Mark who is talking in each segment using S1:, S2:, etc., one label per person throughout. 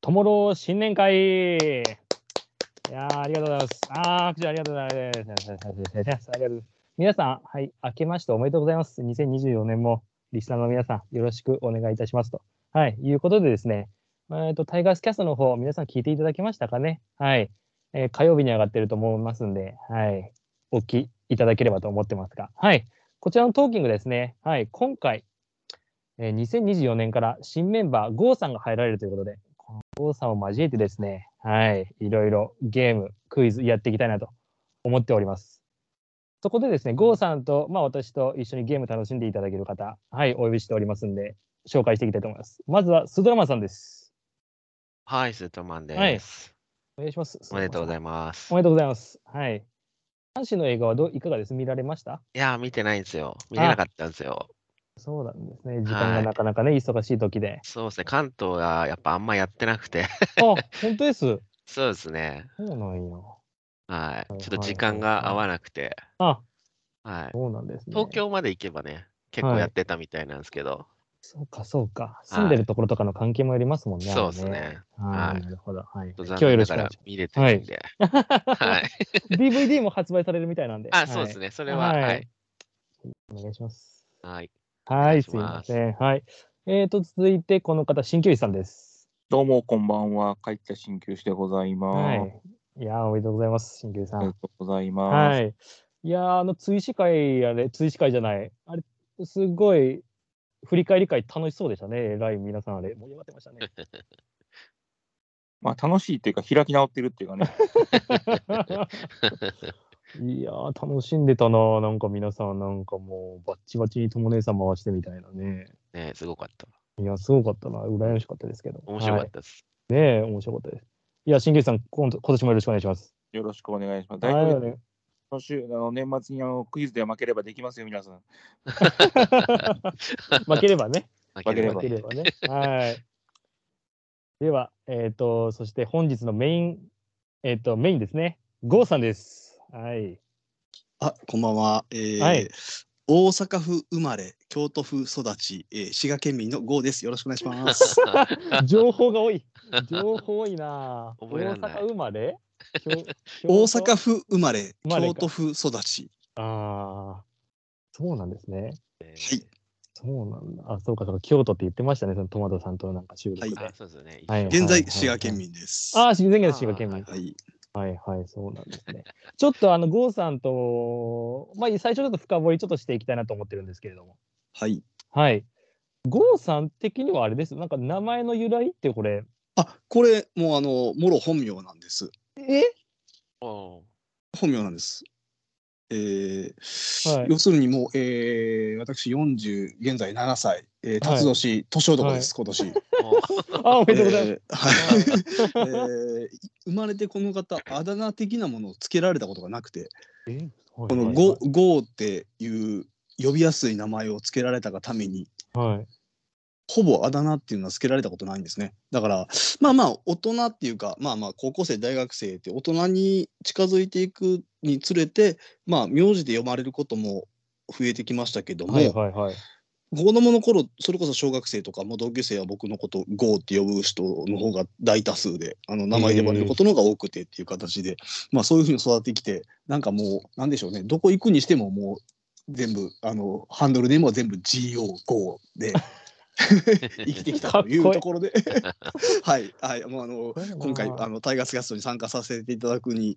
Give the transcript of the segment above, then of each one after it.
S1: ともろ新年会いやーありがとうございます。あー、拍手ありがとうございます。ありがとうございます。ありがとうございます皆さん、はい、明けましておめでとうございます。2024年もリスナーの皆さん、よろしくお願いいたしますと。はい、いうことでですね、えっ、と、タイガースキャストの方、皆さん聞いていただけましたかね。はい、えー火曜日に上がってると思いますんで、はい、お聞きいただければと思ってますが、はい、こちらのトーキングですね、はい、今回、えー2024年から新メンバー、ゴーさんが入られるということで、このゴーさんを交えてですね、はい、いろいろゲーム、クイズやっていきたいなと思っております。そこでですね、ゴーさんと、まあ、私と一緒にゲーム楽しんでいただける方、はい、お呼びしておりますんで、紹介していきたいと思います。まずは、スドラマンさんです。
S2: はい、スートマンです。
S1: はいお願いします。
S2: おめでとうござ
S1: い
S2: います。
S1: おめでとうございます。はい。阪神の映画はどういかがです見られました
S2: いやー、見てないんですよ。見れなかったんですよ。
S1: そうなんですね。時間がなかなかね、忙しい時で。
S2: そうですね、関東がやっぱあんまやってなくて、
S1: あ、本当です。そ
S2: そうですね、
S1: うなんや。
S2: はい。ちょっと時間が合わなくて、
S1: あ、
S2: はい。
S1: そうなんですね。
S2: 東京まで行けばね、結構やってたみたいなんですけど、
S1: そうか、そうか。住んでるところとかの関係もよりますもんね。
S2: そうですね。
S1: あれね。はい、
S2: はい
S1: なるほど。はい。
S2: ちょ
S1: 今
S2: っと
S1: 日
S2: 残
S1: よ
S2: 念
S1: ろ
S2: な
S1: しくお願
S2: がら
S1: いし
S2: 見れてないんで、
S1: ます。
S2: はい。
S1: DVD も発売されるみたいなんで。
S2: あ、そうです
S1: ね。
S2: ね、それは、
S1: はい
S2: はい。
S1: お願いします。
S2: はい。
S1: は
S2: 願
S1: い、
S2: い
S1: す
S2: し
S1: いま
S2: ます
S1: せん。はい。えーと、続いて、この方、鍼灸師さんです。
S3: どうも、こんばんは。帰った鍼灸師でございます。
S1: は
S3: あり
S1: い。いやー、おめでとうございます、鍼灸師さ
S3: が
S1: ん。
S3: とうございま
S1: は
S3: す。
S1: い。いやー、あの、追試会、あれ、追試会じゃない。あれ、すごい、振り返り会楽しそうでしたね。えらい、皆さんあれ、盛り上がってましたね。
S3: まあ、楽しいっていうか、開き直ってるっていうか ね。
S1: いやー、楽しんでたなー。なんか皆さん、なんかもう、バッチバチにとも姉さん回してみたいなね。
S2: ね、すごかった。
S1: いや、すごかったな。羨ましかったですけど。
S2: 面白か
S1: は
S2: っ
S1: い
S2: たです。
S1: ねえ、面白かったです。いや、鍼灸師さん、今度今年もよろしくお願いします。
S3: よろしくお願いします。
S1: は
S3: 大
S1: い、
S3: 丈
S1: お
S3: 夫
S1: 願い
S3: の週、あの年末にあのクイズで負ければできますよ、皆さん。
S1: 負ければね。
S2: 負
S3: けれ
S1: 負
S3: ば
S1: ければね。はい。では、えっ、と、そして本日のメイン、えっ、と、メインですね。ゴーさんです。 はい。
S4: あ、こんばんは。えー
S1: はい
S4: 大阪府生まれ、京都府育ち、えー滋賀県民の郷です。よろしくお願いし ます。
S1: 情報が多い。情報多いなぁ。
S2: 覚えらんない
S1: 大阪生ま れきょ
S4: 大阪府生まれ、
S1: 生まれか
S4: 京都府育ち。
S1: ああ、そうなんですね。
S4: はい。
S1: そうなんだ。あ、そうか、そうか。京都って言ってましたね。そのトマトさんとなんか収録で。
S2: あ、そうですよね。
S1: はいはい
S4: 現在、滋賀県民です。
S1: ああ、全然滋賀県民。
S4: はい。
S1: はいはい、そうなんですね。ちょっとあの、郷さんと、まあ、最初ちょっと深掘りちょっとしていきたいなと思ってるんですけれども。
S4: はい。
S1: はい。郷さん的にはあれです。なんか名前の由来ってこれ、
S4: あ、これ、もう、あの、もろ本名なんです。
S2: おー
S4: 本名なんです。えー
S1: はい
S4: 要するにもう、えー私40、現在7歳、えー、辰年、年男です、今年。
S2: おー
S1: あ、おめでとうございます。
S4: えーはい。えー生まれてこの方あだ名的なものをつけられたことがなくて
S1: こ
S4: このゴ「ゴーっていう呼びやすい名前をつけられたがために
S1: はい。
S4: ほぼあだ名っていうのはつけられたことないんですねだからまあまあ大人っていうかまあまあ高校生大学生って大人に近づいていくにつれてまあ名字で呼ばれることも増えてきましたけども、
S1: はいはいはい。
S4: 子供の頃それこそ小学生とかもう同級生は僕のことを「ゴー」って呼ぶ人の方が大多数であの名前で呼ばれることの方が多くてっていう形で、まあ、そういうふうに育ってきてなんかもうなんでしょうねどこ行くにしてももう全部あのハンドルネームは全部 GO ゴーで生き てきた
S1: か
S4: とい
S1: っこいうい
S4: ところではいはいもうあの今回あ
S1: の。
S4: のタイガースキャストに参加させていただくに、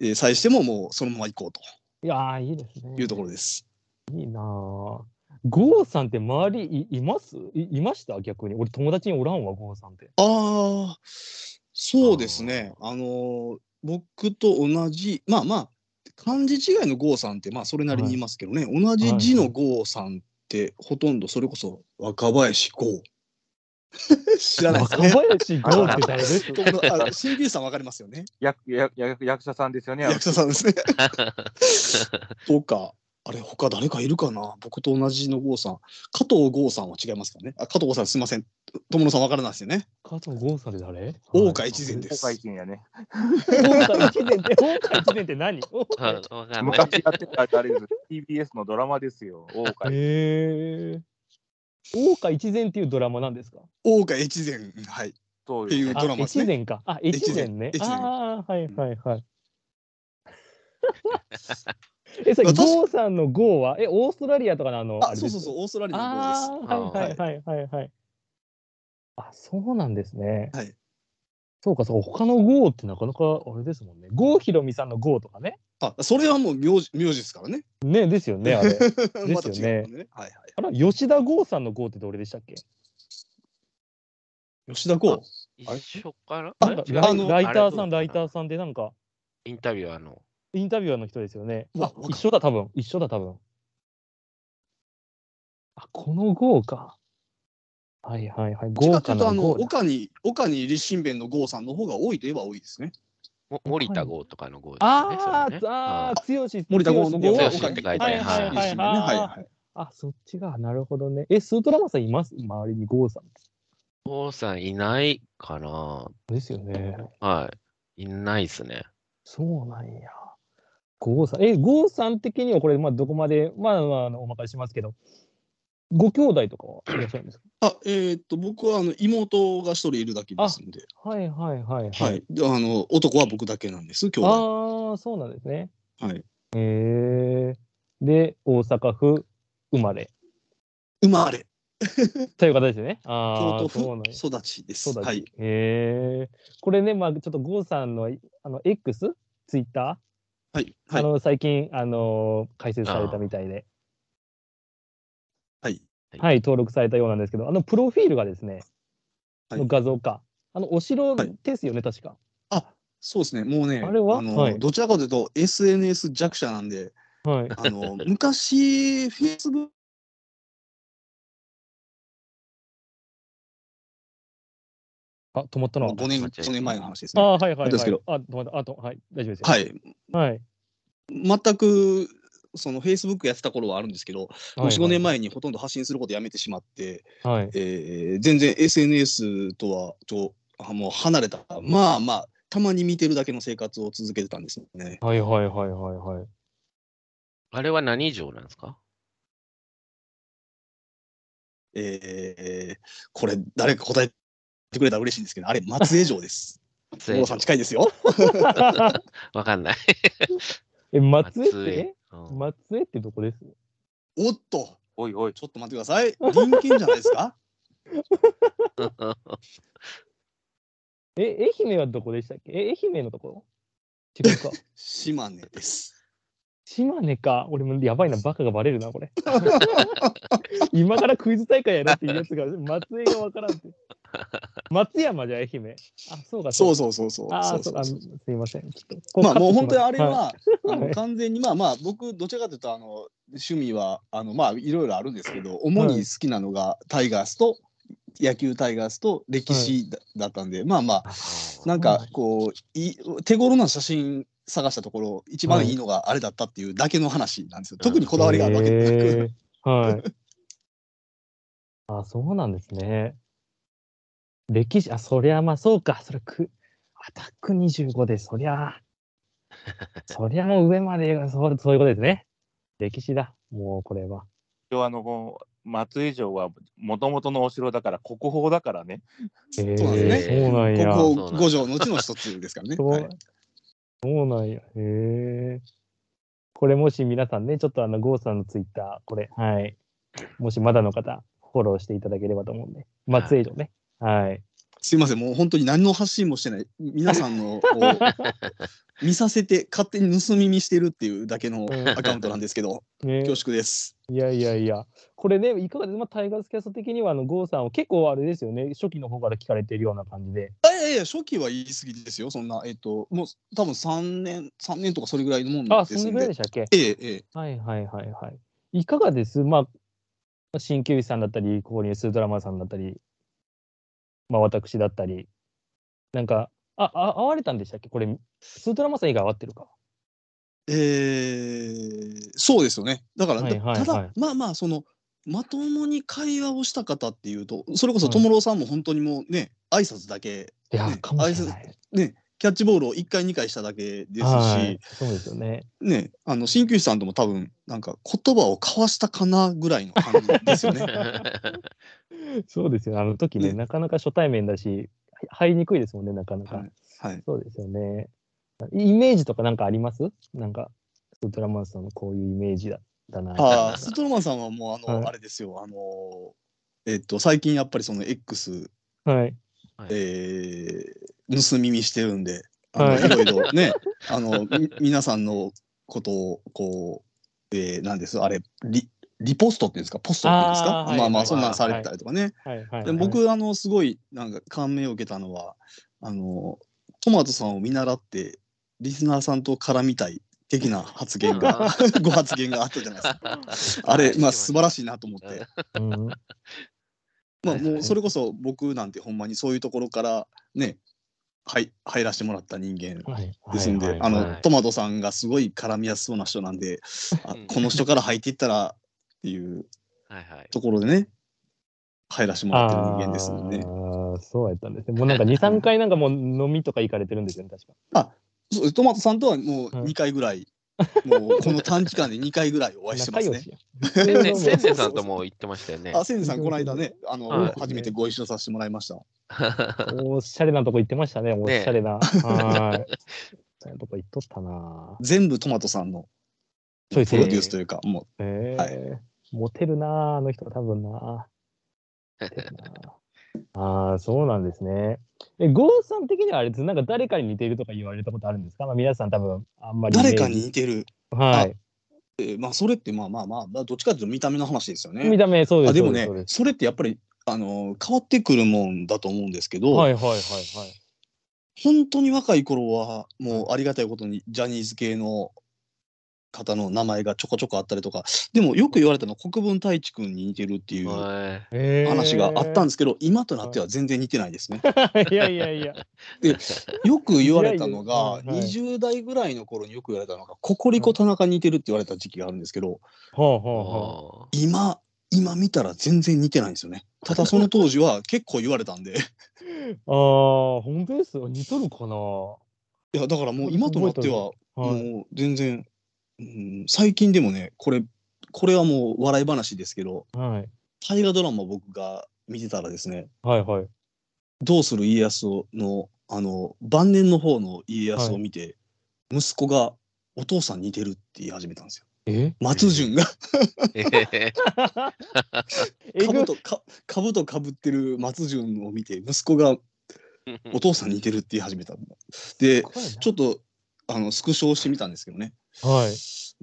S4: えー際してももうそのまま行こうと
S1: いやー、いいですね。
S4: いうところです。
S1: いいなぁ。ゴーさんって周りいいますいいました逆に。俺友達におらんわ、ゴーさんって。
S4: ああ、そうですね。あのー僕と同じ、まあまあ、漢字違いの郷さんって、まあ、それなりにいますけどね、同じ字の郷さんって、ほとんどそれこそ若林郷。知らないです
S1: 若
S4: かね。
S1: 林ゴーって誰です
S4: 友達あの新竜さんわかりますよね。
S3: 役役役役者さんですよね。
S4: 役者さん ですね。とか、あれ、他誰かいるかな僕と同じの郷さん。加藤郷さんは違いますかね。あ加藤郷さん、すいません。友野さんわからないですよね。
S1: 加藤ゴーさんって誰
S4: 大岡越前
S1: で。
S4: です
S3: 公。開金やね。
S1: 大岡一年って、 大岡一年って何大岡
S2: あわかんない。
S3: 昔やってたあれです。TBS のドラマですよ。大岡
S1: へえ。大岡一善っていうドラマなんですか
S4: 大岡越前、はい。
S3: そう
S4: っていう
S1: あ
S4: ドラマです
S1: 越
S4: ね。
S1: 前か。あ、越前ね。
S4: 越前
S1: ああ、はいはいはい。え、それ、
S4: 私
S1: ゴーさんのゴーは、え、オーストラリアとかのあの、。
S4: あ、そうそうそうう、オーストラリアの方です。
S1: ああ、はいはいはいはいはい。あ、そうなんですね。
S4: はい。
S1: そうか、そうか、他のゴーってなかなかあれですもんね。ゴーひろみさんのゴーとかね。
S4: あ、それはもう名字名字ですからね。
S1: ね、ですよね、あれ。ね
S4: また違うんでね。はいはい。
S1: あら、吉田ゴーさんのゴーってどれでしたっけ
S4: 吉田剛。あれ
S2: 一緒かな
S1: なん
S2: え
S1: か
S2: 違う
S1: ラ
S4: あ
S1: イ
S4: の
S1: ライターさ
S2: あれどうだったか
S1: ん、
S2: な
S1: ライターさんで、なんか、
S2: インタビュアーの。
S1: インタビュアーの人ですよね。
S4: うわ
S1: あ
S4: わ、かる
S1: 一緒だ、多分。一緒だ、多分。あ、この号か。はいはいはい。
S4: どっち
S1: 豪華
S4: かっていうと、
S1: な
S4: あの、
S1: 号だ。
S4: 岡に、岡に立新弁の剛さんの方が多いといえば多いですね。
S2: も森田剛とかの剛ですよね。
S1: あー、
S2: それね
S1: あー、強し。
S4: 森田剛の
S1: 剛
S4: 剛
S2: は
S4: は
S2: 岡
S4: 岡
S2: に
S4: に
S2: って
S4: 立
S2: 書いて
S4: 新弁ね。はい
S2: はい
S1: はいはい
S4: はい。
S1: あ、そっちが、なるほどね。え、スートラマさんいます周りに豪さん。
S2: 剛さんいないかな
S1: ですよね。
S2: はい。いないですね。
S1: そうなんや。豪さん。え、豪さん的にはこれ、まあ、どこまで、まあ、まああの、お任せしますけど、ご兄弟とかはいらっしゃるんです
S4: あ、えーっと、僕はあの妹が一人いるだけですんで、
S1: かはいはいはいは
S4: はいい。。であの、男は僕だけなんです、今日
S1: ああ、そうなんですね。
S4: はい。
S1: へえで、大阪府生まれ
S4: 生まれ、
S1: という形ですね。あ
S4: 京
S1: あ、そうな
S4: 都
S1: ん
S4: 府
S1: や。
S4: 育ちで
S1: そ
S4: す。
S1: うだ
S4: はい。
S1: へえこれね、まあ、ちょっと郷さんのあの X、ツイッタ
S4: はい。
S1: ー、
S4: は
S1: あ
S4: い。
S1: の最近、あの開設されたみたいで、
S4: はい。
S1: はい、登録されたようなんですけど、あのプロフィールがですね、
S4: はい
S1: の画像か。あのお城ですよね、確か。
S4: あ、そうですね。もうね、
S1: あれは
S4: の、
S1: はい
S4: どちらかというと SNS 弱者なんで、
S1: はい。
S4: あの、昔、Facebook
S1: あ、止まったな。
S4: の5年、
S2: 間違えた
S4: 5年前の話です
S1: あ
S4: ね。
S1: あ、はいはい、はい。
S4: ですけど
S1: あ、止まった。あと、はい、大丈夫ですよ。
S4: はい。
S1: はい。
S4: 全く、その Facebook やってた頃はあるんですけど、
S1: はい。
S4: 4、5年前にほとんど発信することやめてしまって、
S1: はい。
S4: えー全然 SNS とはとあもう離れた、まあまあ、たまに見てるだけの生活を続けてたんですね。
S1: はいはいはいはいはい。
S2: あれは何城なんですか
S4: えーこれ、誰か答えてくれたら嬉しいんですけど、あれ、松江城 です。
S2: 松
S4: 五郎
S2: 江
S4: さ
S2: 城
S4: ん近いですよ。
S2: わかんない。
S1: え、松江ってえ
S2: うん
S1: 松江ってどこです
S4: おっと、
S3: おいおい。
S4: ちょっと待ってください。隣県じゃないです か
S1: え、愛媛はどこでしたっけえ、愛媛のところ違うか。
S4: 島根です。
S1: 島根か。俺もやばい な、バカがバレるな、これ。 今からクイズ大会やなっていうやつが、松江がわからんって。松山じゃ愛媛。あ、そうか。
S4: そう
S1: か。
S4: そうそうそう。
S1: あ
S4: そ
S1: ー、
S4: う
S1: そ
S4: そうう
S1: か。
S4: そう
S1: すいません。ちょっと
S4: まあもう本当にあれ。
S1: こ
S4: は、
S1: い
S4: あの完全にまあまあ僕どちらかというとあの趣味はあのまあいろいろあるんですけど主に好きなのがタイガースと野球タイガースと歴史だ,、ったんでまあまあなん
S1: は
S4: か
S1: い
S4: こうい手頃な写真探したところ一番いいのがあれだったっていうだけの話なんですよ、
S2: うん
S4: 特にこだわりがあるわけでなく、
S1: へーはい。あ、そうなんですね。歴史、あ、そりゃまあそうか。それく、アタック25で、そり ゃ、そりゃもう上まで、そうそういうことですね。歴史だ。もうこれは。
S3: 今日あのこう松江城はもともとのお城だから国宝だからね。
S1: えー
S4: そうなんです
S2: ね
S1: そうなん
S4: 国
S1: や。
S4: 宝
S2: そうなんだ
S4: 五条のうちの一つですからね。
S1: そう
S4: はい
S1: そうなんや。へえ。これもし皆さんね、ちょっとあの、ゴーさんのツイッター、これ、はい。もしまだの方、フォローしていただければと思うんで。松江城ね。はい。
S4: すいませんもう本当に何の発信もしてない皆さんのを 見させて勝手に盗み見してるっていうだけのアカウントなんですけど
S1: ね
S4: 恐縮です。
S1: いやいやいや、これね、いかがですか、まあ、タイガースキャスト的には、あの、ゴーさんを結構あれですよね、初期の方から聞かれてるような感じで。
S4: あいやいや、初期は言い過ぎですよ、そんな、えっ、と、もう多分3年、三年とかそれぐらいのもん
S1: あ、
S4: で
S1: そ
S4: す
S1: の
S4: ん
S1: ぐらいで。
S4: で
S1: したっけ
S4: ええ、ええ。
S1: はいはいはいはい。いかがですまあ、鍼灸師さんだったり、ここにスードラマーさんだったり、まあ、私だったり、なんか、あ、あ、会われたんでしたっけこれ、スードラマーさん以外会ってるか。
S4: ええそうですよね。だから、
S1: はいはいはい
S4: ただ、まあまあ、その、まともに会話をした方っていうと、それこそ友郎さんも本当にもうね、挨拶だけ、
S1: いや
S4: ね、
S1: かもしれない。
S4: ね、キャッチボールを1回、2回しただけですし、
S1: はい、そうですよね。
S4: ね、あの、鍼灸師さんとも多分、なんか言葉を交わしたかなぐらいの 感じですよね。
S1: そうですよ。あの時ね、
S4: ね
S1: なかなか初対面だし、入りにくいですもんね、なかなか。
S4: はいはい。
S1: そうですよね。イメージとかなんかありますなんか、ウルトラマンさんのこういうイメージだったな。
S4: ああ、ストロマンさんはもう、あの、
S1: はい
S4: あれですよ、あの、えっと、最近やっぱりその X、
S1: はい。
S4: えー、盗み見してるんで、あの
S1: はい
S4: いろい ろね、あの、み皆さんのことを、こう、えー、なんです、あれ、リリポストっていうんですか、ポストっていうんですか、
S1: あーはい
S4: まあま
S1: は
S4: あ、
S1: い
S4: そんなんされてたりとかね。
S1: はいはい、
S4: で僕、あの、すごい、なんか、感銘を受けたのは、あの、トマトさんを見習って、リスナーさんと絡みたい的な発言が、 ご発言があったじゃないで すか。 あれ、まあ、素晴らしいなと思って。
S1: うん、
S4: まあ、もうそれこそ僕なんてほんまにそういうところからね、はい、入らせてもらった人間
S1: はい
S4: ですんで、
S1: はい
S4: あ
S2: はい
S4: のトマトさんがすごい絡みやすそうな人なんで、あ
S2: うん
S4: この人から入っていったらっていう
S2: はいはい。
S4: ところでね、入らせてもらってる人間ですもんね。
S1: ああ、そうやったんですね。もう なんか2、3回なんかもう飲みとか行かれてるんですよね、確か。
S4: そうトマトさんとはもう
S1: はい
S4: 2回ぐらい、もうこの短期間で2回ぐらいお会いしてますね。
S1: 仲
S2: せん
S1: 良し
S2: ね
S1: や。
S2: せんねさんとも言ってましたよね。
S4: あ、せんじさん、この間ね、あの、
S2: はい
S4: 初めてご一緒させてもらいました。
S1: おしゃれなとこ行ってましたね、おしゃれな。はい。そういうとこ行っとったな。
S4: 全部トマトさんの
S1: チョイ
S4: プ
S1: ス
S4: ロデュースというか、もう
S1: え
S4: は
S1: えモテるな、あの人は多分な。モテるなああ、そうなんですね。え、ゴーさん的にはあれです、なんか誰かに似ているとか言われたことあるんですか、まあ、皆さん多分あんまりイメー
S4: 誰
S1: ジ。
S4: かに似てる。
S1: はい。
S4: えーまあそれってまあまあまあまあどっちかというと見た目の話ですよ
S1: 見
S4: ね。
S1: た目、そうです。
S4: あでもね
S1: そうです
S4: それってやっぱりあのー変わってくるもんだと思うんですけど、
S1: そうですはいはいはいはい。
S4: 本当に若い頃はもうありがたいことにジャニーズ系の方の名前がちょこちょこあったりとかでもよく言われたのは国分太一君に似てるっていう
S2: はい
S4: 話があったんですすけど、今となっては全然似てないですね。
S1: いやいやいや。
S4: でよく言われたの
S1: は
S4: が
S1: いはい
S4: 20代ぐらいの頃によく言われたのが「ココリコ田中に似てる」って言われた時期があるんですけど、
S1: ほうほうほ
S2: お
S4: 今今見たら全然似てないんですよねただその当時は結構言われたんで
S1: う。ああ、本当ですよ。似とるかな。
S4: いやだからもう今となっては
S1: はい。
S4: もう全然、うん、最近でもねこれこれはもう笑い話ですけど
S1: はい。
S4: 大河ドラマ僕が見てたらですね
S1: はいはい。
S4: 「どうする家康を」のあの晩年の方の家康を見て、息子がお父さん似てるって言い始めたんですよ。
S1: え
S4: 松潤が
S2: ー
S1: えぐ
S4: 株とか株とかぶってる松潤を見て息子がお父さん似てるって言い始めたんだ。でちょっとあのスクショをしてみたんですけどね。
S1: は
S4: うー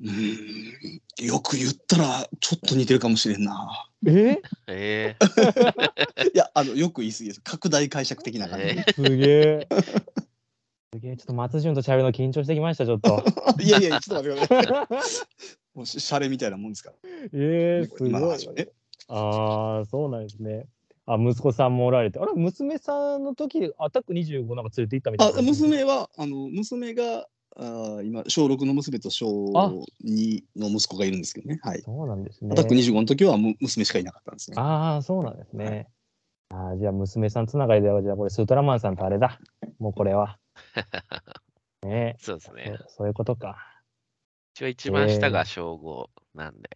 S4: んよく言ったらちょっと似てるかもしれんな。
S1: い。え
S2: え
S4: いやあのよく言い過ぎです。拡大解釈的な感じ。
S2: え
S1: すげえ。 すげえ、ちょっと松潤と喋るの緊張してきました、ちょっ と。
S4: いやいやちょっと待ってください。もうしシャレみたいな もんですから。
S1: ええすご。
S4: 今の話はいね。
S1: ああ、そうなんですね。あ、息子さんもおられて、あれ、娘さんの時、アタック25なんか連れて行ったみたい
S4: あ
S1: な。
S4: 娘はあの娘があー今小6の娘と小
S1: あ
S4: 2の息子がいるんですけどね。はい。
S1: そうなんですね。
S4: アタック25の時はむ娘しかいなかったんですね。
S1: ああ、そうなんですね。ああ、じゃあ娘さんつながりでは、じゃあこれ、スートラマンさんとあれだ。もうこれは。ね
S2: そうです
S1: え、
S2: ね。
S1: そそういうことか。
S2: 一応一番下が小五なんで。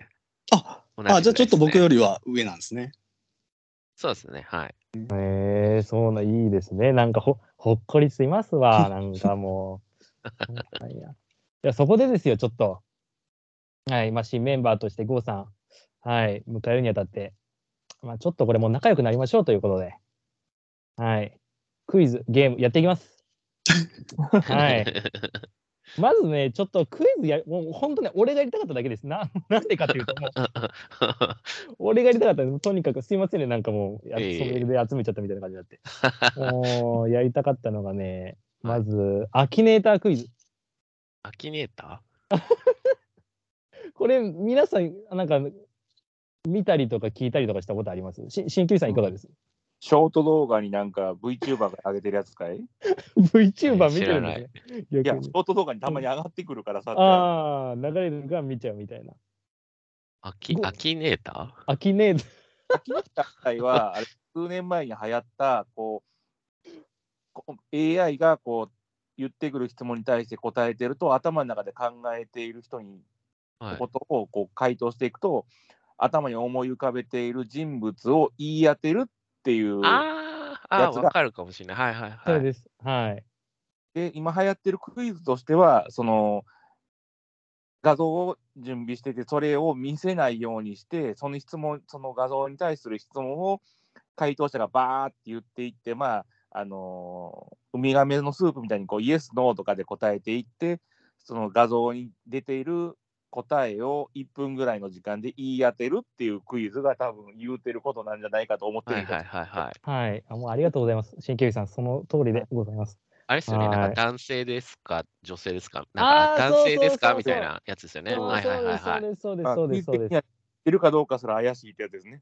S4: あ
S2: 同じぐらい
S4: あじゃあちょっと僕よ
S2: り。
S4: りは上なんですね。
S2: そうですね。はい。
S1: ええそうな、いいですね。なんかほ、ほっこりします わ。なんかもう。はいや。じゃあそこでですよ、ちょっと。はい、まあ、新メンバーとして、郷さん、はい、迎えるにあたって、まあ、ちょっとこれもう仲良くなりましょうということで、はい、クイズ、ゲーム、やっていき ます。はい。まずね、ちょっとクイズや、もう本当ね、俺がやりたかっただけです。な なんでかっていうと、もう、俺がやりたかったです。とにかくすいませんね、なんかもう、やそ
S2: いえいえ
S1: れで集めちゃったみたいな感じになって。 もう、やりたかったのがね、まず、アキネータークイズ。
S2: アキネータ
S1: これ、皆さん、なんか、見たりとか聞いたりとかしたことありますし新旧さんいかがです
S3: ショート動画になんか VTuber が上げてるやつかい
S1: ?VTuber 見てるんですね。
S3: いや、
S1: 逆
S3: シ
S1: に
S3: ョート動画にたまに上がってくるからさ。
S1: ああ、流れるが見ちゃうみたいな。
S2: ーアキ
S1: ご
S2: アキネータ
S1: アキネーター。
S3: 秋田会は、あれ数年前に流行った、こう、こう AI がこう、言ってくる質問に対して答えてると、頭の中で考えている人に
S2: ーはい
S3: ことをこう回答していくと、頭に思い浮かべている人物を言い当てるっていう、
S2: あああ、
S3: やつが
S2: わかるかもしれない。はいはい
S1: そ
S2: は
S1: う
S2: い。
S1: です。はい。
S3: で、今流行ってるクイズとしては、その、画像を準備してて、それを見せないようにして、その質問、その画像に対する質問を回答者がバーって言っていって、まあ、あのーウミガメのスープみたいにこう、イエス、ノーとかで答えていって、その画像に出ている答えを1分ぐらいの時間で言い当てるっていうクイズが多分言うてることなんじゃないかと思って
S2: は
S3: る
S2: い
S3: んです
S2: はいはいはい。
S1: はい。あもうありがとうございます。新球児さん、その通りでございます。
S2: あれですよね、なん
S1: はい
S2: か男性ですか、女性ですか、なんか
S1: あー
S2: あ男
S1: そ
S2: 性です
S1: うそうそうそう
S2: かみたいなやつですよね。
S1: そう
S2: はいはいはいはい。
S1: そうです、
S3: まあ
S1: そう
S3: ク
S1: で
S3: イ
S1: す、
S3: ズ
S1: そう
S3: 的
S1: です
S3: に。は出るかどうかすら怪しいってやつですね。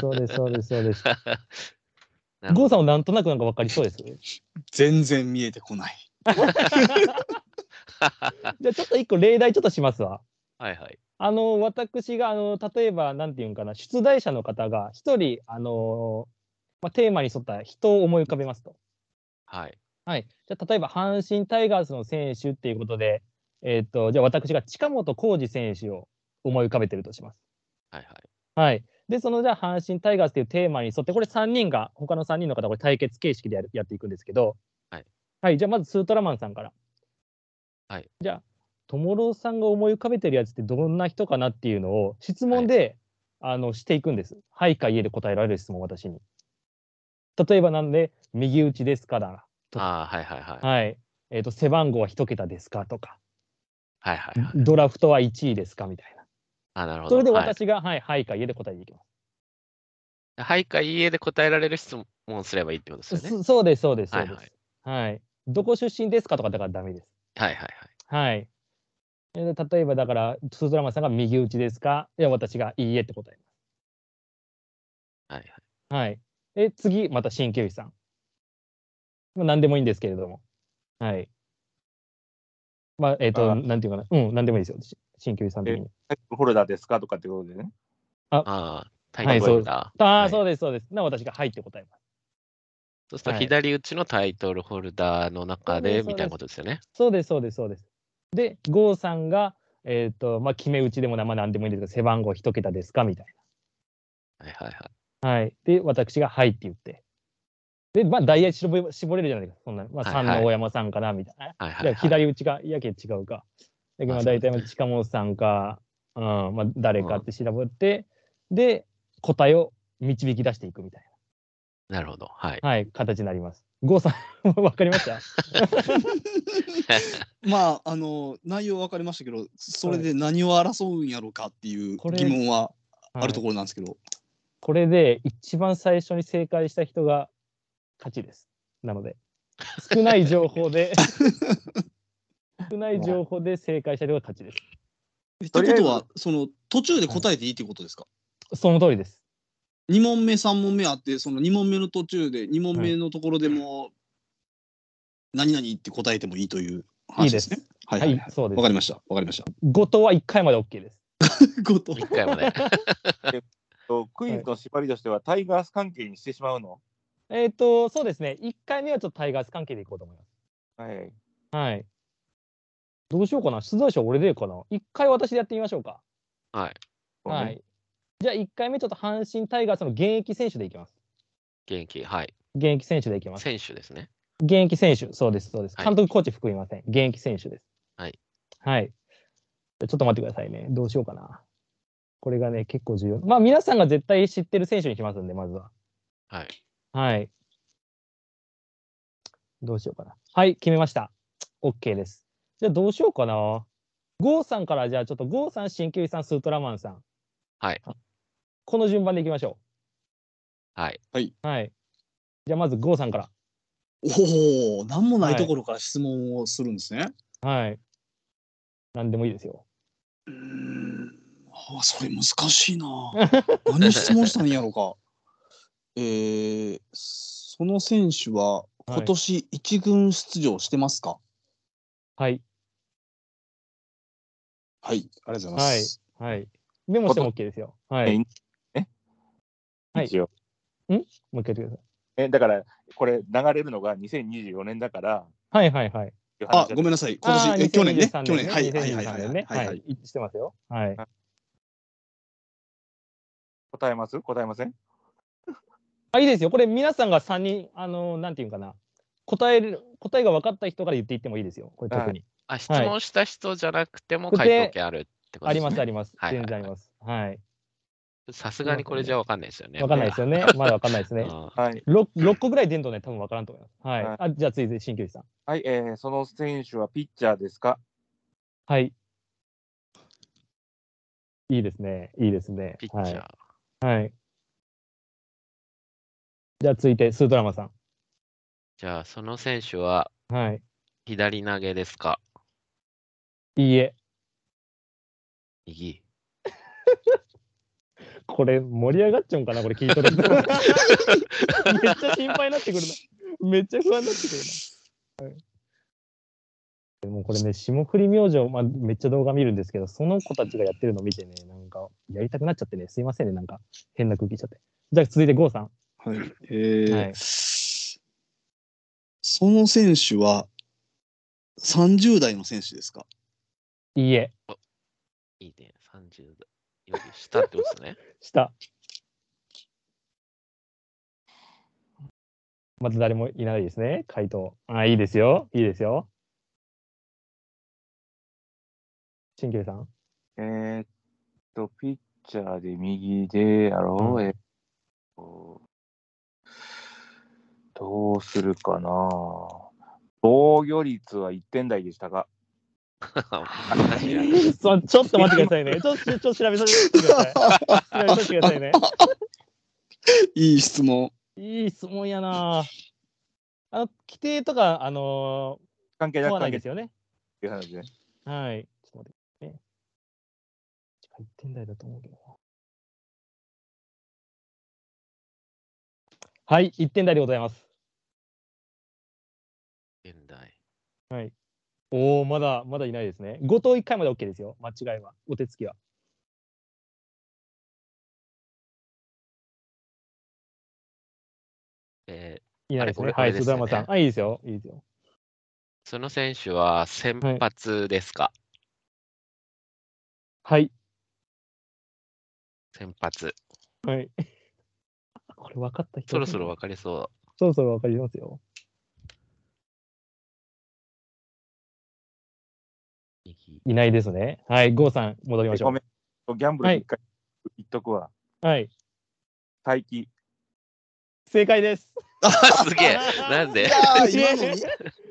S1: そうです、そうです、そうです、そうです。
S2: なる
S1: 郷
S2: ほど
S1: さんもなんとなくなんか分かりそうです。
S4: 全然見えてこない。
S1: じゃあちょっと一個例題ちょっとしますわ。
S2: はいはい。
S1: あの私があの例えばなんていうんかな出題者の方が一人あの、まあ、テーマに沿った人を思い浮かべますと。
S2: はい。
S1: はい、じゃあ例えば阪神タイガースの選手っていうことで、えっとじゃあ私が近本浩二選手を思い浮かべてるとします。
S2: はいはい。
S1: はい、でそのじゃあ阪神タイガースっていうテーマに沿ってこれ3人が他の3人の方これ対決形式でやるやっていくんですけど、
S2: はい
S1: はい、じゃあまずスートラマンさんから。
S2: はい、
S1: じゃあ友郎さんが思い浮かべてるやつってどんな人かなっていうのを質問で、あのしていくんです。はいかいえで答えられる質問を私に。例えばなんで右打ちですから、と
S2: ああ、はいはいはい。
S1: はいえー、と背番号は1桁ですかとか
S2: はいはいはい。
S1: ドラフトは1位ですかみたいな。
S2: あーなるほど。
S1: それで
S2: はい
S1: 私がはい、はい、かいえで答えていきます。
S2: はいかいいえで答えられる質問をすればいいってことですよね。
S1: そ そうです、そうです、そ
S2: は
S1: う
S2: い
S1: で
S2: はい
S1: す。はい。どこ出身ですかとかだからダメです。
S2: はいはいはい。
S1: はい。えー例えばだから、スートラマンさんが右打ちですかいや、私がいいえって答えま
S2: はいはい、
S1: す。はい。え、次、また鍼灸師さん。まあ、何でもいいんですけれども。はい。まあ、えっ、と、
S3: あ
S1: なんていうかな。うん、何でもいいですよ。し鍼灸師さん的に。
S3: タイトルホルダーですかとかってことでね。
S2: ああ、タイトルホルダー。
S1: あ
S2: は
S1: あ、
S2: い
S1: そうです、そうです。な、私がはいって答えます。
S2: そうすると
S1: はい
S2: 左打ちのタイトルホルダーの中
S1: そうで
S2: ですみたいなことですよね。
S1: そうです、そうです、そうです。で、郷さんが、えっ、と、まあ、決め打ちでもな、まあ、何でもいいんですけど、背番号一桁ですかみたいな。
S2: はいはいはい。
S1: はい。で、私が、はいって言って。で、まあ、ダイヤ絞れ絞れるじゃないですか、そんなの。まあ、
S2: はいは
S1: 3
S2: い
S1: の大山さんかな、みたいな。
S2: はいはい
S1: で
S2: はい、
S1: 左打ちが、いやけ違うか。だけど、ま
S2: ま
S1: あ、
S2: あ
S1: 大体、
S2: そう
S1: まあ
S2: です
S1: 近本さんか、うん、まあ、誰かって調べて、で、答えを導き出していくみたい
S2: なるほど。 はい。
S1: な、はい、形になります。郷さん、 わかりました
S4: まああの内容分かりましたけどそれで何を争うんやろうかっていう
S1: これ
S4: 疑問はある
S1: は
S4: と
S1: い
S4: ころなんですけど、
S1: これで、一番最初に正解した人が勝ちです。なので、少ない情報 で、少ない情報で正解した人が勝ちです。
S4: ってことは
S3: と
S4: その途中で答えていいってことですか、
S1: その通りです。
S4: 二問目三問目あってその二問目の途中で二問目のところでも、何々って答えてもいいという話ですね。はい
S1: は
S4: はい
S1: い
S4: は、い。
S1: そうで
S4: わか
S1: す。
S4: りました。わかりました。
S1: 後藤は1回まで OK です。
S4: ごと
S2: 一回もね。
S3: とクイズの縛りとしては、タイガース関係にしてしまうの。
S1: えっ、と、そうですね。1回目はちょっとタイガース関係でいこうと思います。
S3: はい。
S1: はい。どうしようかな。出題者俺でいいかな。1回私でやってみましょうか。
S2: はい。
S1: は。い。じゃあ1回目ちょっと阪神タイガースの現役選手でいきます。
S2: 元気。はい。
S1: 現役選手でいきます。
S2: 選手ですね。
S1: 現役選手、そうです、そうです。
S2: はい
S1: 監督、コーチ含みません。現役選手です。
S2: はい。
S1: はい。ちょっと待ってくださいね。どうしようかな。これがね、結構重要。まあ、皆さんが絶対知ってる選手にしますんで、まずは。
S2: はい。
S1: はい。どうしようかな。はい、決めました。OK です。じゃあどうしようかな。ゴーさんから、じゃあちょっとゴーさん、新球児さん、スートラマンさん。
S2: はい。
S1: この順番でいきましょ
S2: はい。
S1: う。はい。じゃあまずゴーさんから。
S4: おお、なんもないところから質問をするんですね。
S1: はい。なんでもいいですよ。
S4: うーんあそれ難しいな。何質問したんやろうか。 えー、その選手は今年一軍出場してますか。
S1: はい。
S4: はい、ありがとうございます。
S1: はい。メモしても OK ですよ。はい。
S3: え
S1: もはい
S3: 一応。
S1: う一回言ってください。
S3: え、だから、これ流れるのが2024年だから。
S1: はいはいはい。
S4: あ、ごめんなさい。今
S1: あ
S4: 年、
S1: ー
S4: え去年ね、
S1: 2023
S4: 去年、はい、はい、
S1: 2023
S4: はい、はい、
S1: 年
S4: はい
S1: ね。は。
S4: はい
S1: は
S4: い、はいい。
S1: 一致してますよ。はい。
S3: 答えます答えません
S1: あ、いいですよ。これ皆さんが3人、あの、なんていうかな。答える、答えが分かった人から言っていってもいいですよ。これ特に。
S2: あ、質問した人じゃなくても
S1: で
S2: 回答権あるってこと
S1: あ
S2: で
S1: り
S2: す
S1: ます、あ
S2: ね。
S1: ります。
S2: はいは
S1: 全
S2: いはい
S1: 然あります。はい。
S2: さすがにこれじゃわかんないですよね。
S1: 分かんないですよね。まだ分かんないですね。
S2: あー
S3: はい。
S1: 6, 六個ぐらい出んとね、多分分からんと思います。はい。
S3: はい
S1: あじゃあ、続いて、新球児さん。
S3: はい、えーその選手はピッチャーですか
S1: はい。いいですね。いいですね。
S2: ピッチャー。
S1: はい。はい、じゃあ、続いて、スードラマさ
S2: じゃあ、その選手は
S1: ん。はい。
S2: 左投げですか
S1: いいえ。
S2: 右。
S1: これ、盛り上がっちゃうんかなこれ聞いと る人めっちゃ心配になってくるな。めっちゃ不安になってくるな。はい、もうこれね、霜降り明星、まあ、めっちゃ動画見るんですけど、その子たちがやってるの見てね、なんか、やりたくなっちゃってね、すいませんね、なんか、変な空気しちゃって。じゃあ、続いて、ゴーさん。
S4: はい。えー
S1: はい
S4: その選手は30代の選手ですか
S1: いいえ、
S2: いいね。30より下ってことです ね。
S1: 下。まず誰もいないですね、回答。あ、いいですよ、いいですよ。新旧さん。
S3: えーっと、ピッチャーで右でやろう。
S1: うん
S3: えーっとどうするかな防御率は1点台でしたが、
S2: 難しいな
S1: そうちょっと待ってください ね。ちょっとちょっと調べさせてください。調べさせてください ね。
S4: いい質問。
S1: いい質問やな。あの規定とか、あの
S3: 関係
S1: ー、
S3: な
S1: 問わ
S3: く
S1: ない
S3: 関係
S1: で
S3: っ
S1: すよね。
S3: ていう話で。
S1: はい。ちょっと待ってくださいね。1点台だと思うけどな。はい、1点台でございます。
S2: 現代。
S1: おお、まだまだいないですね。5投1回まで OK ですよ。間違いは。お手つきは。
S2: え
S1: いないですね。
S2: あ
S1: は
S2: れ
S1: い、
S2: これ
S1: スドラマさん。
S2: こ
S1: あ、いいですよ。いいですよ。
S2: ーその選手は先発ですか、
S1: はい。
S2: 先発。
S1: はい。 これ分かった人。
S2: そろそろわかりそ
S1: そろそろ分かりますよ。
S2: う。右。
S1: いないですね。はい、ゴーさん、戻りましょ
S3: ご
S1: う
S3: め。ん、ギャンブル一回言っとくわ。
S1: はい、
S3: 待機。
S1: 正解です。
S2: すげえ。なん
S4: い
S2: で
S4: やー今のに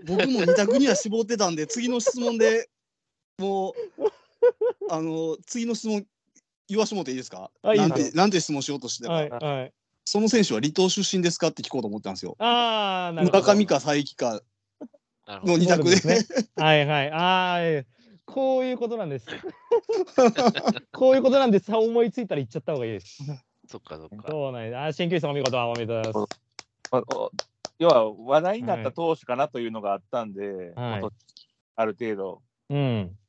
S4: 僕も二択には絞ってたんで次の質問でもうあの次の質問言わしてもらっていいですか
S1: あいいで
S4: な
S1: す
S4: ん
S1: よ
S4: てなんて質問しようとしてたか、
S1: はい、はい。
S4: その選手は離島出身ですかって聞こうと思ったんですよ。
S1: ああ、なるほど。
S4: 村上か佐伯か
S2: なるほ
S4: の
S2: ど。
S4: 二択で。
S1: そうですね。はい、はい、ああ、えーこういうことなんです。こういうことなんです。さ思いついたら言っちゃった方がいいです。
S2: そっかそっか。
S1: そうなんです。ああ、鍼灸師さんお見事、おめでとうございます。
S3: まあお要は話題になった投手かなというのがあったんで、
S1: はい
S3: まあある程度。
S1: うん。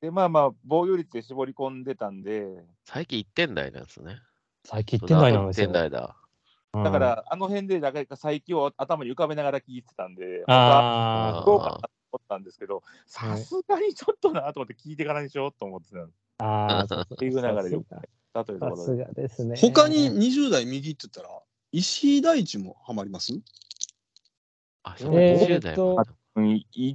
S3: で、まあまあ、防御率で絞り込んでたんで、
S2: 最近1点台なんですね。
S1: 最近1点台なんですよ。
S2: そうだ1点台だ。
S1: だ
S3: だか、ら、あの辺で、だから最近を頭に浮かべながら聞いてたんで、
S1: あ
S2: ー
S1: あ
S3: どうかなと思ったんですけど、
S1: は
S3: さ
S1: い
S3: すがにちょっとなと思って聞いてからにしようと思ってたんで
S1: ああ、そうそう
S3: っていう流れでだというと
S1: さ
S3: ころ
S1: す
S3: で。
S1: がですね。
S4: 他に20代右って言ったら石井大地もハマります
S2: あ、
S3: え
S2: そうだ、
S1: ー
S2: 20
S1: っと
S2: 代もある
S3: うん、い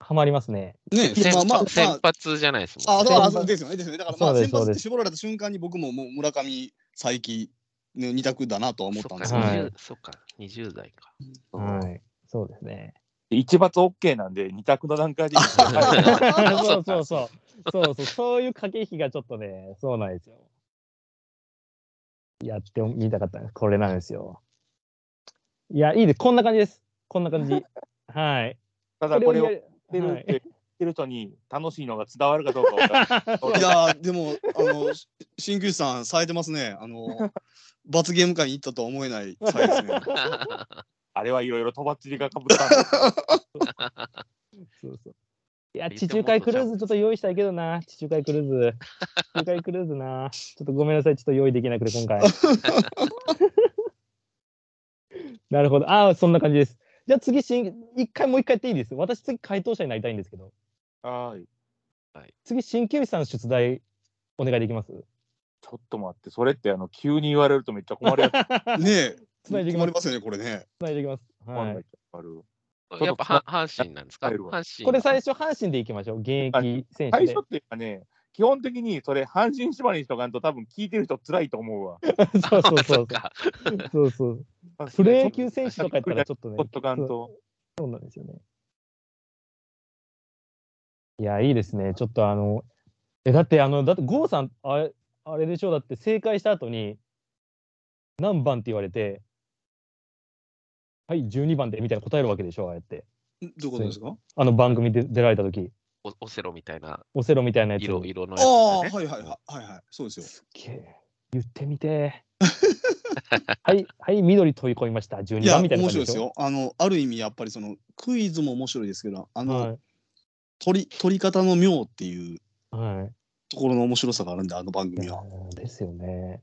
S1: ハマりますね。
S4: ね
S2: 先
S4: まあまあ
S2: 発
S4: ま
S2: 先
S4: あ
S2: 発じゃないですもん
S4: あ
S2: ね。
S4: そうあ
S1: 先発
S4: そうですよねですよねだからま
S1: そ
S4: あ
S1: うです
S4: 先
S1: そう
S4: 発っ
S1: で
S4: て
S1: す
S4: 絞られた瞬間に僕ももう村上佐伯の二択だなとは思ったんです
S1: よ
S4: けど、
S1: はい
S2: そっか、20そっか、20代か。
S1: はい。そうですね。
S3: 一罰 OK なんで、二択の段階で。
S1: そうそうそう。そうそう。そういう駆け引きがちょっとね、そうなんですよ。やってみたかったんです。これなんですよ。いや、いいです。こんな感じです。こんな感 じ。はい。
S3: ただ、これを
S1: や
S3: 言っ
S1: る
S3: てる
S1: は
S3: って言っ
S1: い
S3: てる人に楽しいのが伝わるかどうかわ からない。
S4: いやーでもあのし鍼灸師さん冴えてますねあの罰ゲーム会に行ったとは思えない冴えですね
S3: あれはいろいろとばっちりがかぶったんで。
S1: そうそういや、地中海クルーズちょっと用意したいけどな。地中海クルー ズ。地中海クルーズな。ちょっとごめんなさい。ちょっと用意できなくて、 今回。なるほど。ああ、そんな感じです。じゃあ次、しん一回もう一回やっていいです。私、次、回答者になりたいんですけど。
S3: はい。
S1: 次、鍼灸師さんの出題、お願いできます
S3: ちょっと待って、それってあの急に言われるとめっちゃ困るやつ。
S4: ねえ。
S1: つないでいき
S4: 困
S1: ます
S4: りますよね、これね。
S1: つないでいきます。
S3: わか
S1: は
S3: んないい、あると
S2: やっぱは阪神なんですか
S3: 入るわ
S2: 阪神。
S1: これ最初、阪神でいきましょう。現役選手
S3: 最
S1: で
S3: 初。っていうかね、基本的にそれ、阪神縛りにしとかんと、多分聞いてる人辛いと思うわ。
S1: そうそう
S2: あ
S1: そ
S2: そうっ。か。
S1: そうそう。プロ野球選手とかやったらちょっとね
S3: ほっ、とかんと。
S1: そうなんですよね。いや、いいですね。ちょっとあの、え、だって、あの、だって、郷さん、あれ、あれでしょう、だって正解した後に、何番って言われて、はい、12番で、みたいな答えるわけでしょ、ああやって。
S4: んどういうことですか
S1: あの番組で出られた時
S2: おオセロみたいな
S1: オセロみたいなやつ。
S2: 色色の
S4: ああ、は
S2: や
S4: い
S2: つ、ね。
S4: はいはいはいはい。そうですよ。
S1: すっげえ言ってみて えはい、はい、緑飛び込みました。
S4: い
S1: 12
S4: や、
S1: 番みたいな感
S4: 面白
S1: じで
S4: いです
S1: しょ。
S4: よ。あの、ある意味、やっぱりその、クイズも面白いですけど、あの、
S1: はい。
S4: 取り、取り方の妙っていう
S1: は
S4: ところの面白さがあるんで、あの番
S1: い。い
S4: 組
S1: や
S4: は。、
S1: ですよね。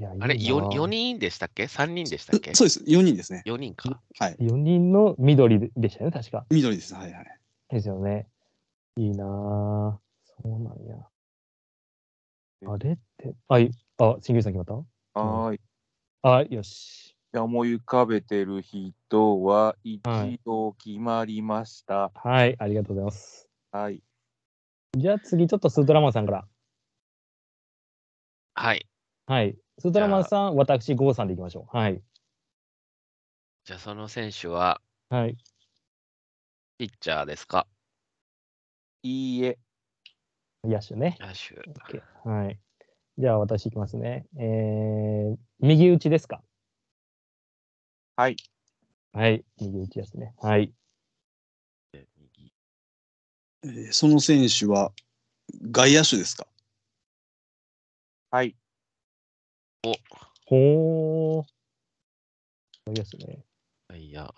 S1: いや、いいな
S2: あれ、よ四人でしたっけ ?3 人でしたっけ
S4: そうです。4人ですね。
S2: ?4 人か。
S4: はい。
S1: 4人の緑でしたよね、確か。
S4: 緑です。はいはい。
S1: ですよね。いいなぁ。そうなんや。あれって、あい、あ、新宮さん決まっ
S3: はーい。い
S1: たあ、よし。
S3: や思い浮かべてる人は一
S1: はい
S3: 度決まりました。
S1: はい、ありがとうございます。
S3: はい。
S1: じゃあ次、ちょっとスートラマンさんから。
S2: はい。
S1: はい。スートラマンさん、私、ゴーさんでいきましょう。はい。
S2: じゃあその選手は
S1: はい。
S2: ピッチャーですか
S3: いいえ。
S1: 野手ね。
S2: 野手。
S1: OK はい。じゃあ私いきますね。えー、右打ちですか
S3: はい。
S1: はい。右打ちですね。はい。
S2: 右
S4: えーその選手は、外野手です か
S3: はい。
S1: ほー。そうですね。
S2: はいや。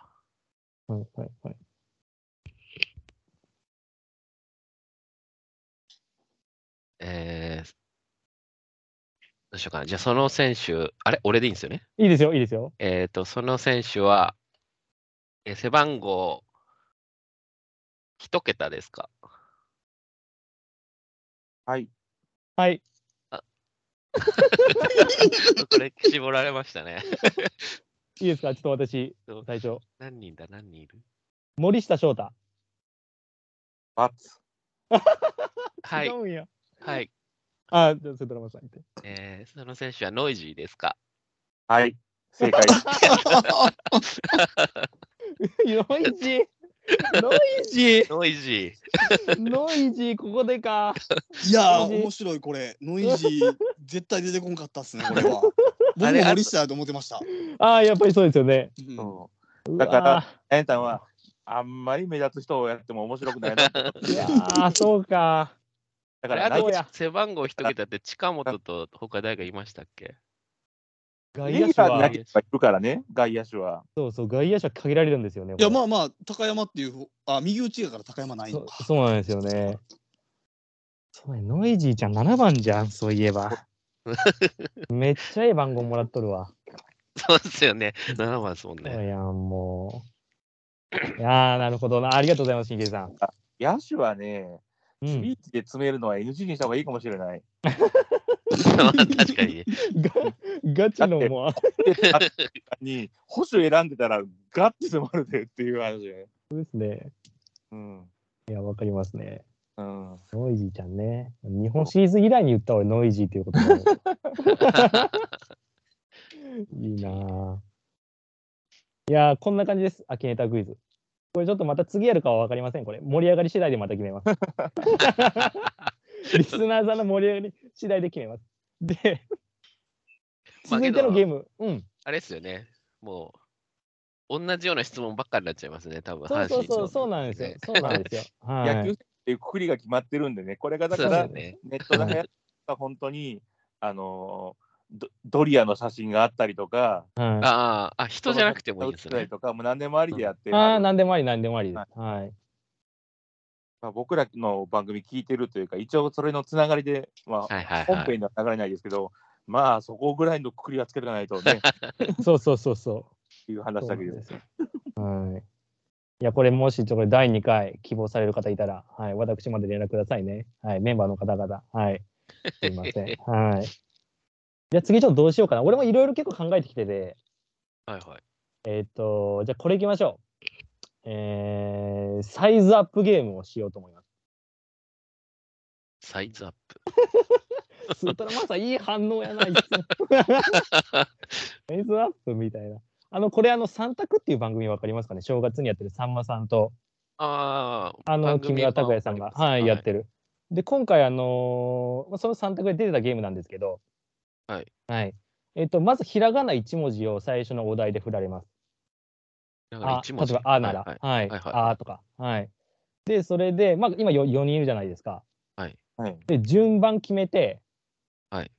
S1: はいはいはい。
S2: えー、どうしようかな。じゃあその選手、あれ俺でいいんですよね。
S1: いいですよ、いいですよ。
S2: えっ、と、その選手は、えー背番号、一桁ですか
S3: はい。
S1: はい。
S2: これ、絞られましたね。
S1: いいですかちょっと私
S2: どう、
S1: 最初。
S2: 何人だ、何人いる
S1: 森下翔太。
S3: バツ。
S2: は
S1: 違
S2: い、
S1: うんや。
S2: はい。
S1: あ、じゃあ、セドラマさん行って。
S2: えー、その選手はノイジーですか
S3: はい。正 解。
S1: ノイジ ーノイジ
S2: ノイジ
S1: ーノイジー、ここでか。
S4: いや
S1: ノ
S4: ー、
S1: イジー
S4: 面白い、これ。ノイジー、絶対出てこんかったっすね、これは。
S2: あ
S4: 僕
S2: れ
S4: も
S2: あ
S4: 森下やと思ってました。
S1: ああ、やっぱりそうですよね。
S4: うん
S3: そうだか
S1: う
S3: ら
S1: わ
S3: あやたんは、あんまり目立つ人をやっても面白 くないな。だか
S1: ー。いやー、そうか。
S2: ー。あれ
S3: ら、
S2: あ
S3: 内
S1: ど
S2: と
S1: うや
S2: 背番号一桁って近本と他誰かいましたっけ
S1: 外
S3: リ
S1: 野
S3: ー
S1: 手
S3: ガーにな
S1: は
S3: り、いるからね、外野手は。
S1: そうそう、外野手は限られるんですよね。
S4: いや、ま
S1: あ、
S4: あまあ、高山っていう、あ、右打ちやから高山ないの
S1: そ
S4: か。
S1: そうなんですよね。そうね、ノイジーちゃん7番じゃん、そういえ ば。めっちゃええ番号もらっとるわ。
S2: そうですよね。7番ですもん
S1: そう
S2: ね。
S1: やん、もう。いやー、なるほどな。ありがとうございます、新平さん。
S3: 野手はね、
S1: う
S3: ス
S1: ん、
S3: ピーチで詰めるのは NG にした方がいいかもしれない。
S2: 確かに。
S1: ガガチのもう
S3: で、あに、保守選んでたら、ガッて詰まるでっていう話ね。
S1: そうですね。
S3: うん。
S1: いや、わかりますね。
S3: うん。
S1: ノイジーちゃんね。日本シリーズ以来に言った俺、ノイジーっていうこと もいいなぁ。いやーこんな感じです。アキネータークイズ。これちょっとまた次やるかは分かりません。これ盛り上がり次第でまた決 めます。リスナーさんの盛り上がり次第で決めます。で、
S2: まあ
S1: 続いてのゲーム、うん、
S2: あれですよね。もう、同じような質問ばっかりになっちゃいますね、多分
S1: そうそうそう、そう
S2: 阪神
S1: なんですよ。そうなん ですよ。はい、
S3: 野球っていうくくりが決まってるんでね、これがだか
S2: そうです
S3: ら
S2: よ、ね。
S3: ネットで流行った本当に、あのード、ドリアの写真があったりとか、
S1: はい
S2: ああ、あ、人じゃなくてもいいんです
S3: 人が映っ
S2: ね
S3: たり。とか、もう何でもありでやって、
S1: ああ、なんでもあり、なんでもありです
S3: は。
S1: はい。
S3: まあ、僕らの番組聞いてるというか、一応それのつながりで、まあ、
S2: はいはい
S3: 本
S2: はい。
S3: 編には流れないですけど、まあ、そこぐらいのくくりはつけていかない とね、っ
S1: そうそうそうそう。
S3: ていう話
S1: そうな
S3: だ
S1: ん
S3: けで。
S1: ですすよ。はい。いや、これもし、ちょこれ第2回希望される方いたら、はい、私まで連絡くださいね。はい、メンバーの方々。はい。すいません。はい。じゃあ次ちょっとどうしようかな。俺もいろいろ結構考えてきてて、
S2: はいはい。
S1: えっ、と、じゃあこれいきましょう。えー、サイズアップゲームをしようと思います。
S2: サイズアップ。
S1: スートラマサいい反応やな、いつもサイズアップみたいな。あの、これあの、三択っていう番組わかりますかね正月にやってるさんまさんと、
S2: ああ、
S1: あの、
S2: 番組
S1: 木村拓哉さんが、
S2: はわか
S1: は
S2: りま
S1: い、
S2: す
S1: やってる。で、今回、あのーまあその三択で出てたゲームなんですけど、
S2: はい。
S1: はい。えっ、と、まず、ひらがな一文字を最初のお題で振られます。
S2: だから
S1: あ、
S2: 一
S1: 例
S2: 文字
S1: えば、あなら、
S2: はいはい
S1: はい、
S2: はいはい
S1: あとか、はい。で、それで、まあ、今よ4人いるじゃないですか。
S3: はい。
S1: で、順番決めて、
S2: はい。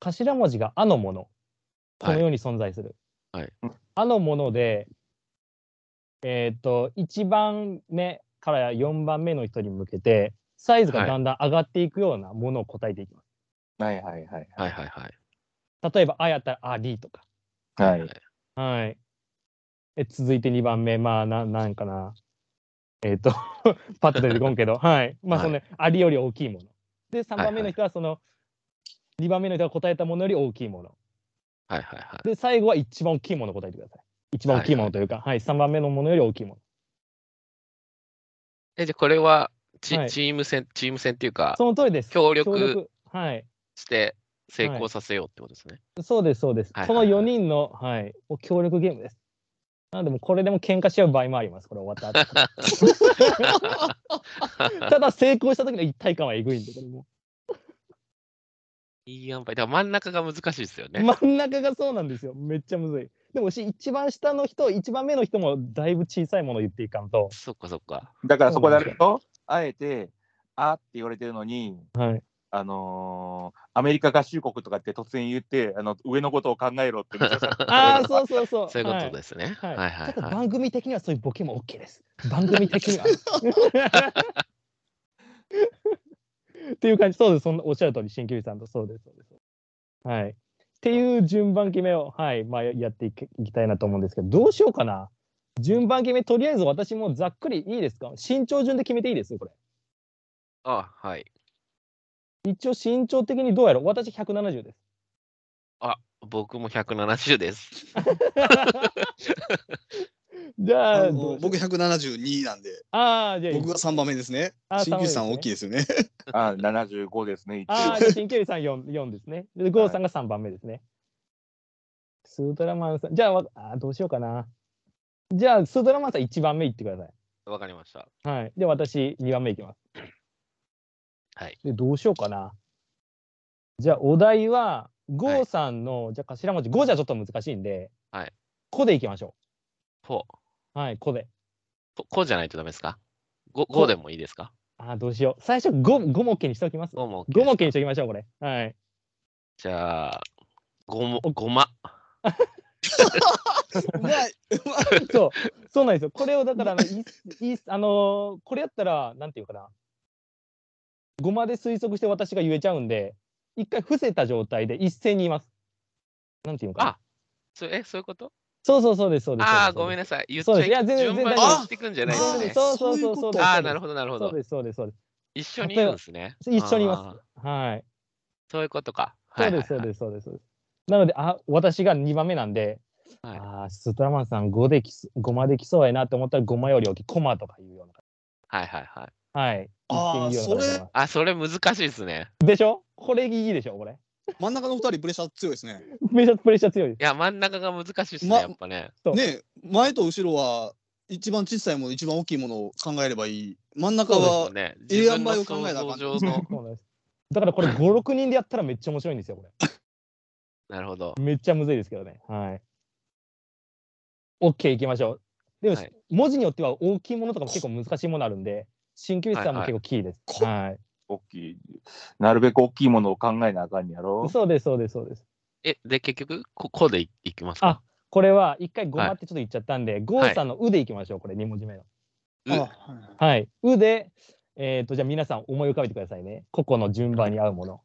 S1: 頭文字があのもの。この世に存在する。
S2: はい
S3: うん
S1: あのもので、えーっと、1番目から4番目の人に向けて、サイズがだんだん上がっていくようなものを答えていきます。
S3: はいはいはい。
S2: はいはいはい。
S1: 例えば、あやったらありとか。
S3: はい。
S1: はい。え続いて2番目、まあ、ななんかな。えーっと、 パッと出てこんけ ど、はい。まあ、
S2: はい
S1: その、ありより大きいもの。で、3番目の人は、その、2番目の人が答えたものより大きいもの。
S2: はいはいはい。
S1: で、最後は一番大きいものを答えてください。一番大きいものというか、はい、3番目のものより大きいもの。
S2: え、じゃあこれはチ、
S1: はい
S2: チーム戦、チーム戦っていうか
S1: そ、の通りです。
S2: 協力
S1: はい。
S2: して成功させようってことですね。
S1: そうです、そうです。
S2: はい
S1: この
S2: はいはい
S1: 4人の、はい、お協力ゲームです。なんでもうこれでも喧嘩し合う場合もあります、これ終わった 後。ただ成功した時の一体感はえぐいんで、これも
S2: い、い塩梅だから真ん中が難しいですよね。
S1: 真ん中がそうなんですよ。めっちゃむずい。でもし、一番下の人、一番目の人もだいぶ小さいものを言っていかんと。
S2: そっかそっか。
S3: だからそこであると、あえて、あって言われてるのに、
S1: はい。
S3: あのーアメリカ合衆国とかって突然言って、あの上のことを考えろってめっちゃさ
S1: ああ、そうそうそう。
S2: そういうこ
S1: は
S2: とですね。は
S1: はいい
S2: はいはい。
S1: ただ番組的にはそういうボケも OK です。番組的には。っていう感じ、そうです、そんなおっしゃる通り、新旧さんとそうです、そうです。はい。っていう順番決めを、はい、まあ、やっていきいきたいなと思うんですけど、どうしようかな。順番決め、とりあえず私もざっくりいいですか身長順で決めていいですこれ。
S2: あはい。
S1: 一応身長的にどうやろう私170です。
S2: 僕も170です。
S1: じゃあ、
S4: あの僕172なんで、
S1: ああ、じゃあ、
S4: 僕が3番目ですね。
S1: あ
S4: 新旧さ
S1: 三
S4: ん
S1: 番目ですね
S4: 大きいですよね。
S3: あ75ですね、一
S1: ああ、
S3: 応。
S1: じゃあ新旧さん 4, 4ですね。で、ゴーさんが3番目ですね。スードラマンさん、じゃあわ、あーどうしようかな。じゃあ、スードラマンさん1番目いってください。
S2: わかりました。
S1: はい。で、私2番目いきます。
S2: はい。
S1: で、どうしようかな。じゃあ、お題は、ゴーさんの、じゃあ頭文字、ゴーじゃちょっと難しいんで、
S2: はい。
S1: こでいきましょ
S2: こ
S1: う。はい、こで。
S2: う。こうじゃないとダメですか ?5,
S1: こう
S2: でもいいですか
S1: あーどうしよう。最初5、5も OK にしておきます。
S2: ?5 も OK です
S1: 5も OK にしておきましょう、これ。はい。
S2: じゃあ、ごも、ごま。
S4: うまい。
S1: そう、そうなんですよ。これをだからあの、い いあのーこれやったら、なんていうかな。ごまで推測して私が言えちゃうんで、一回伏せた状態で一斉に言います。なんていうのかな。
S2: あそえ、そういうこと
S1: そうそうそうです、そうです。
S2: ああ、ごめん
S1: な
S2: なさい。言っちゃ
S1: そうですいや
S2: い
S1: 全然
S2: 順
S1: 全
S2: 番に
S1: 然
S2: 言っていくんじゃないです
S1: そうで
S2: ね
S1: す。そうそうそうそうです。
S2: ああ、なるほど、なるほ
S1: そう
S2: ど。
S1: です、そうです、そうです。
S2: 一緒に言うんですね。
S1: 一緒に言いま
S2: あー
S1: す。はい。
S2: そういうことか。は
S1: そ
S2: い
S1: で
S2: うはいはい
S1: す、そうです、そうです。そうですなので、あ、私が2番目なんで、
S2: はい
S1: ああ、ストラマンさん5できそ、5まできそうやなって思ったら、5まより大きい、コマとかいうよう
S2: はいはいはい。
S1: な。はい。
S4: あー
S1: 一斉に言うような
S4: それ
S1: 形
S2: あ、それ難しいですね。
S1: でしょこれいいでしょこれ。
S4: 真ん中の2人プレッシャー強いですね。
S1: めちゃプレッシャー強いです。
S2: いや、真ん中が難しいですね、
S4: ま
S2: やっぱね。
S1: そう
S4: ね前と後ろは一番小さいもの、一番大きいものを考えればいい。真ん中
S2: そうですよ
S4: は、
S2: ね。
S4: ええ
S2: 自分
S4: 塩
S2: の
S4: 梅を考えなあ
S2: 想
S4: かん
S2: 像上の。
S1: そうなんですだからこれ5、6人でやったらめっちゃ面白いんですよ、これ。
S2: なるほど。
S1: めっちゃむずいですけどね。はい。OK、いきましょう。でも、
S2: はい
S1: 文字によっては大きいものとかも結構難しいものあるんで、鍼灸師さんも結構キーです。
S4: はい
S1: はい
S3: 大きい。なるべく大きいものを考えなあかんやろ。
S1: そうです、そうです、そうです。
S2: え、で、結局、ここうでいいきますか
S1: これは一回5
S2: は
S1: ま
S2: い
S1: ってちょっと言っちゃったんで、ゴーさんの「う」でいきましょう、これ2文字目の。
S2: う
S4: あ
S1: はい。「う」で、えっ、と、じゃあ皆さん思い浮かべてくださいね。個々の順番に合うもの。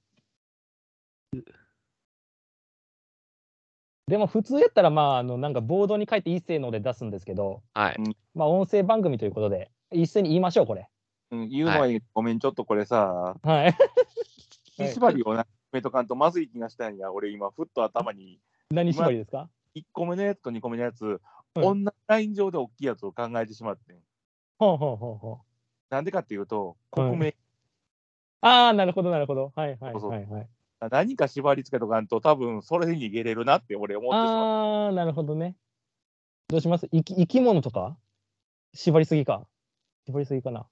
S1: でも普通やったら、まあ、あの、なんかボードに書いて一斉ので出すんですけど、
S2: はい。
S1: まあ、音声番組ということで、一斉に言いましょう、これ。
S3: うん、言うのはいい、ごめん、ちょっとこれさ、
S1: はい。
S3: 木縛りをなんか決めとかんとまずい気がしたんや、俺今、ふっと頭に、
S1: 何縛りですか
S3: 1個目のやつと2個目のやつ、
S1: う
S3: 同じライン上で大きいやつを考えてしまってん。
S1: ほうほうほうほう。
S3: なんでかっていうと、
S1: はい
S3: 国名、
S1: ああ、なるほど、なるほど。はいはい
S3: そうそう
S1: はいはい。
S3: 何か縛りつけとかんと、多分それで逃げれるなって俺思ってしまう。
S1: ああ、なるほどね。どうします生き生き物とか縛りすぎか。縛りすぎかな。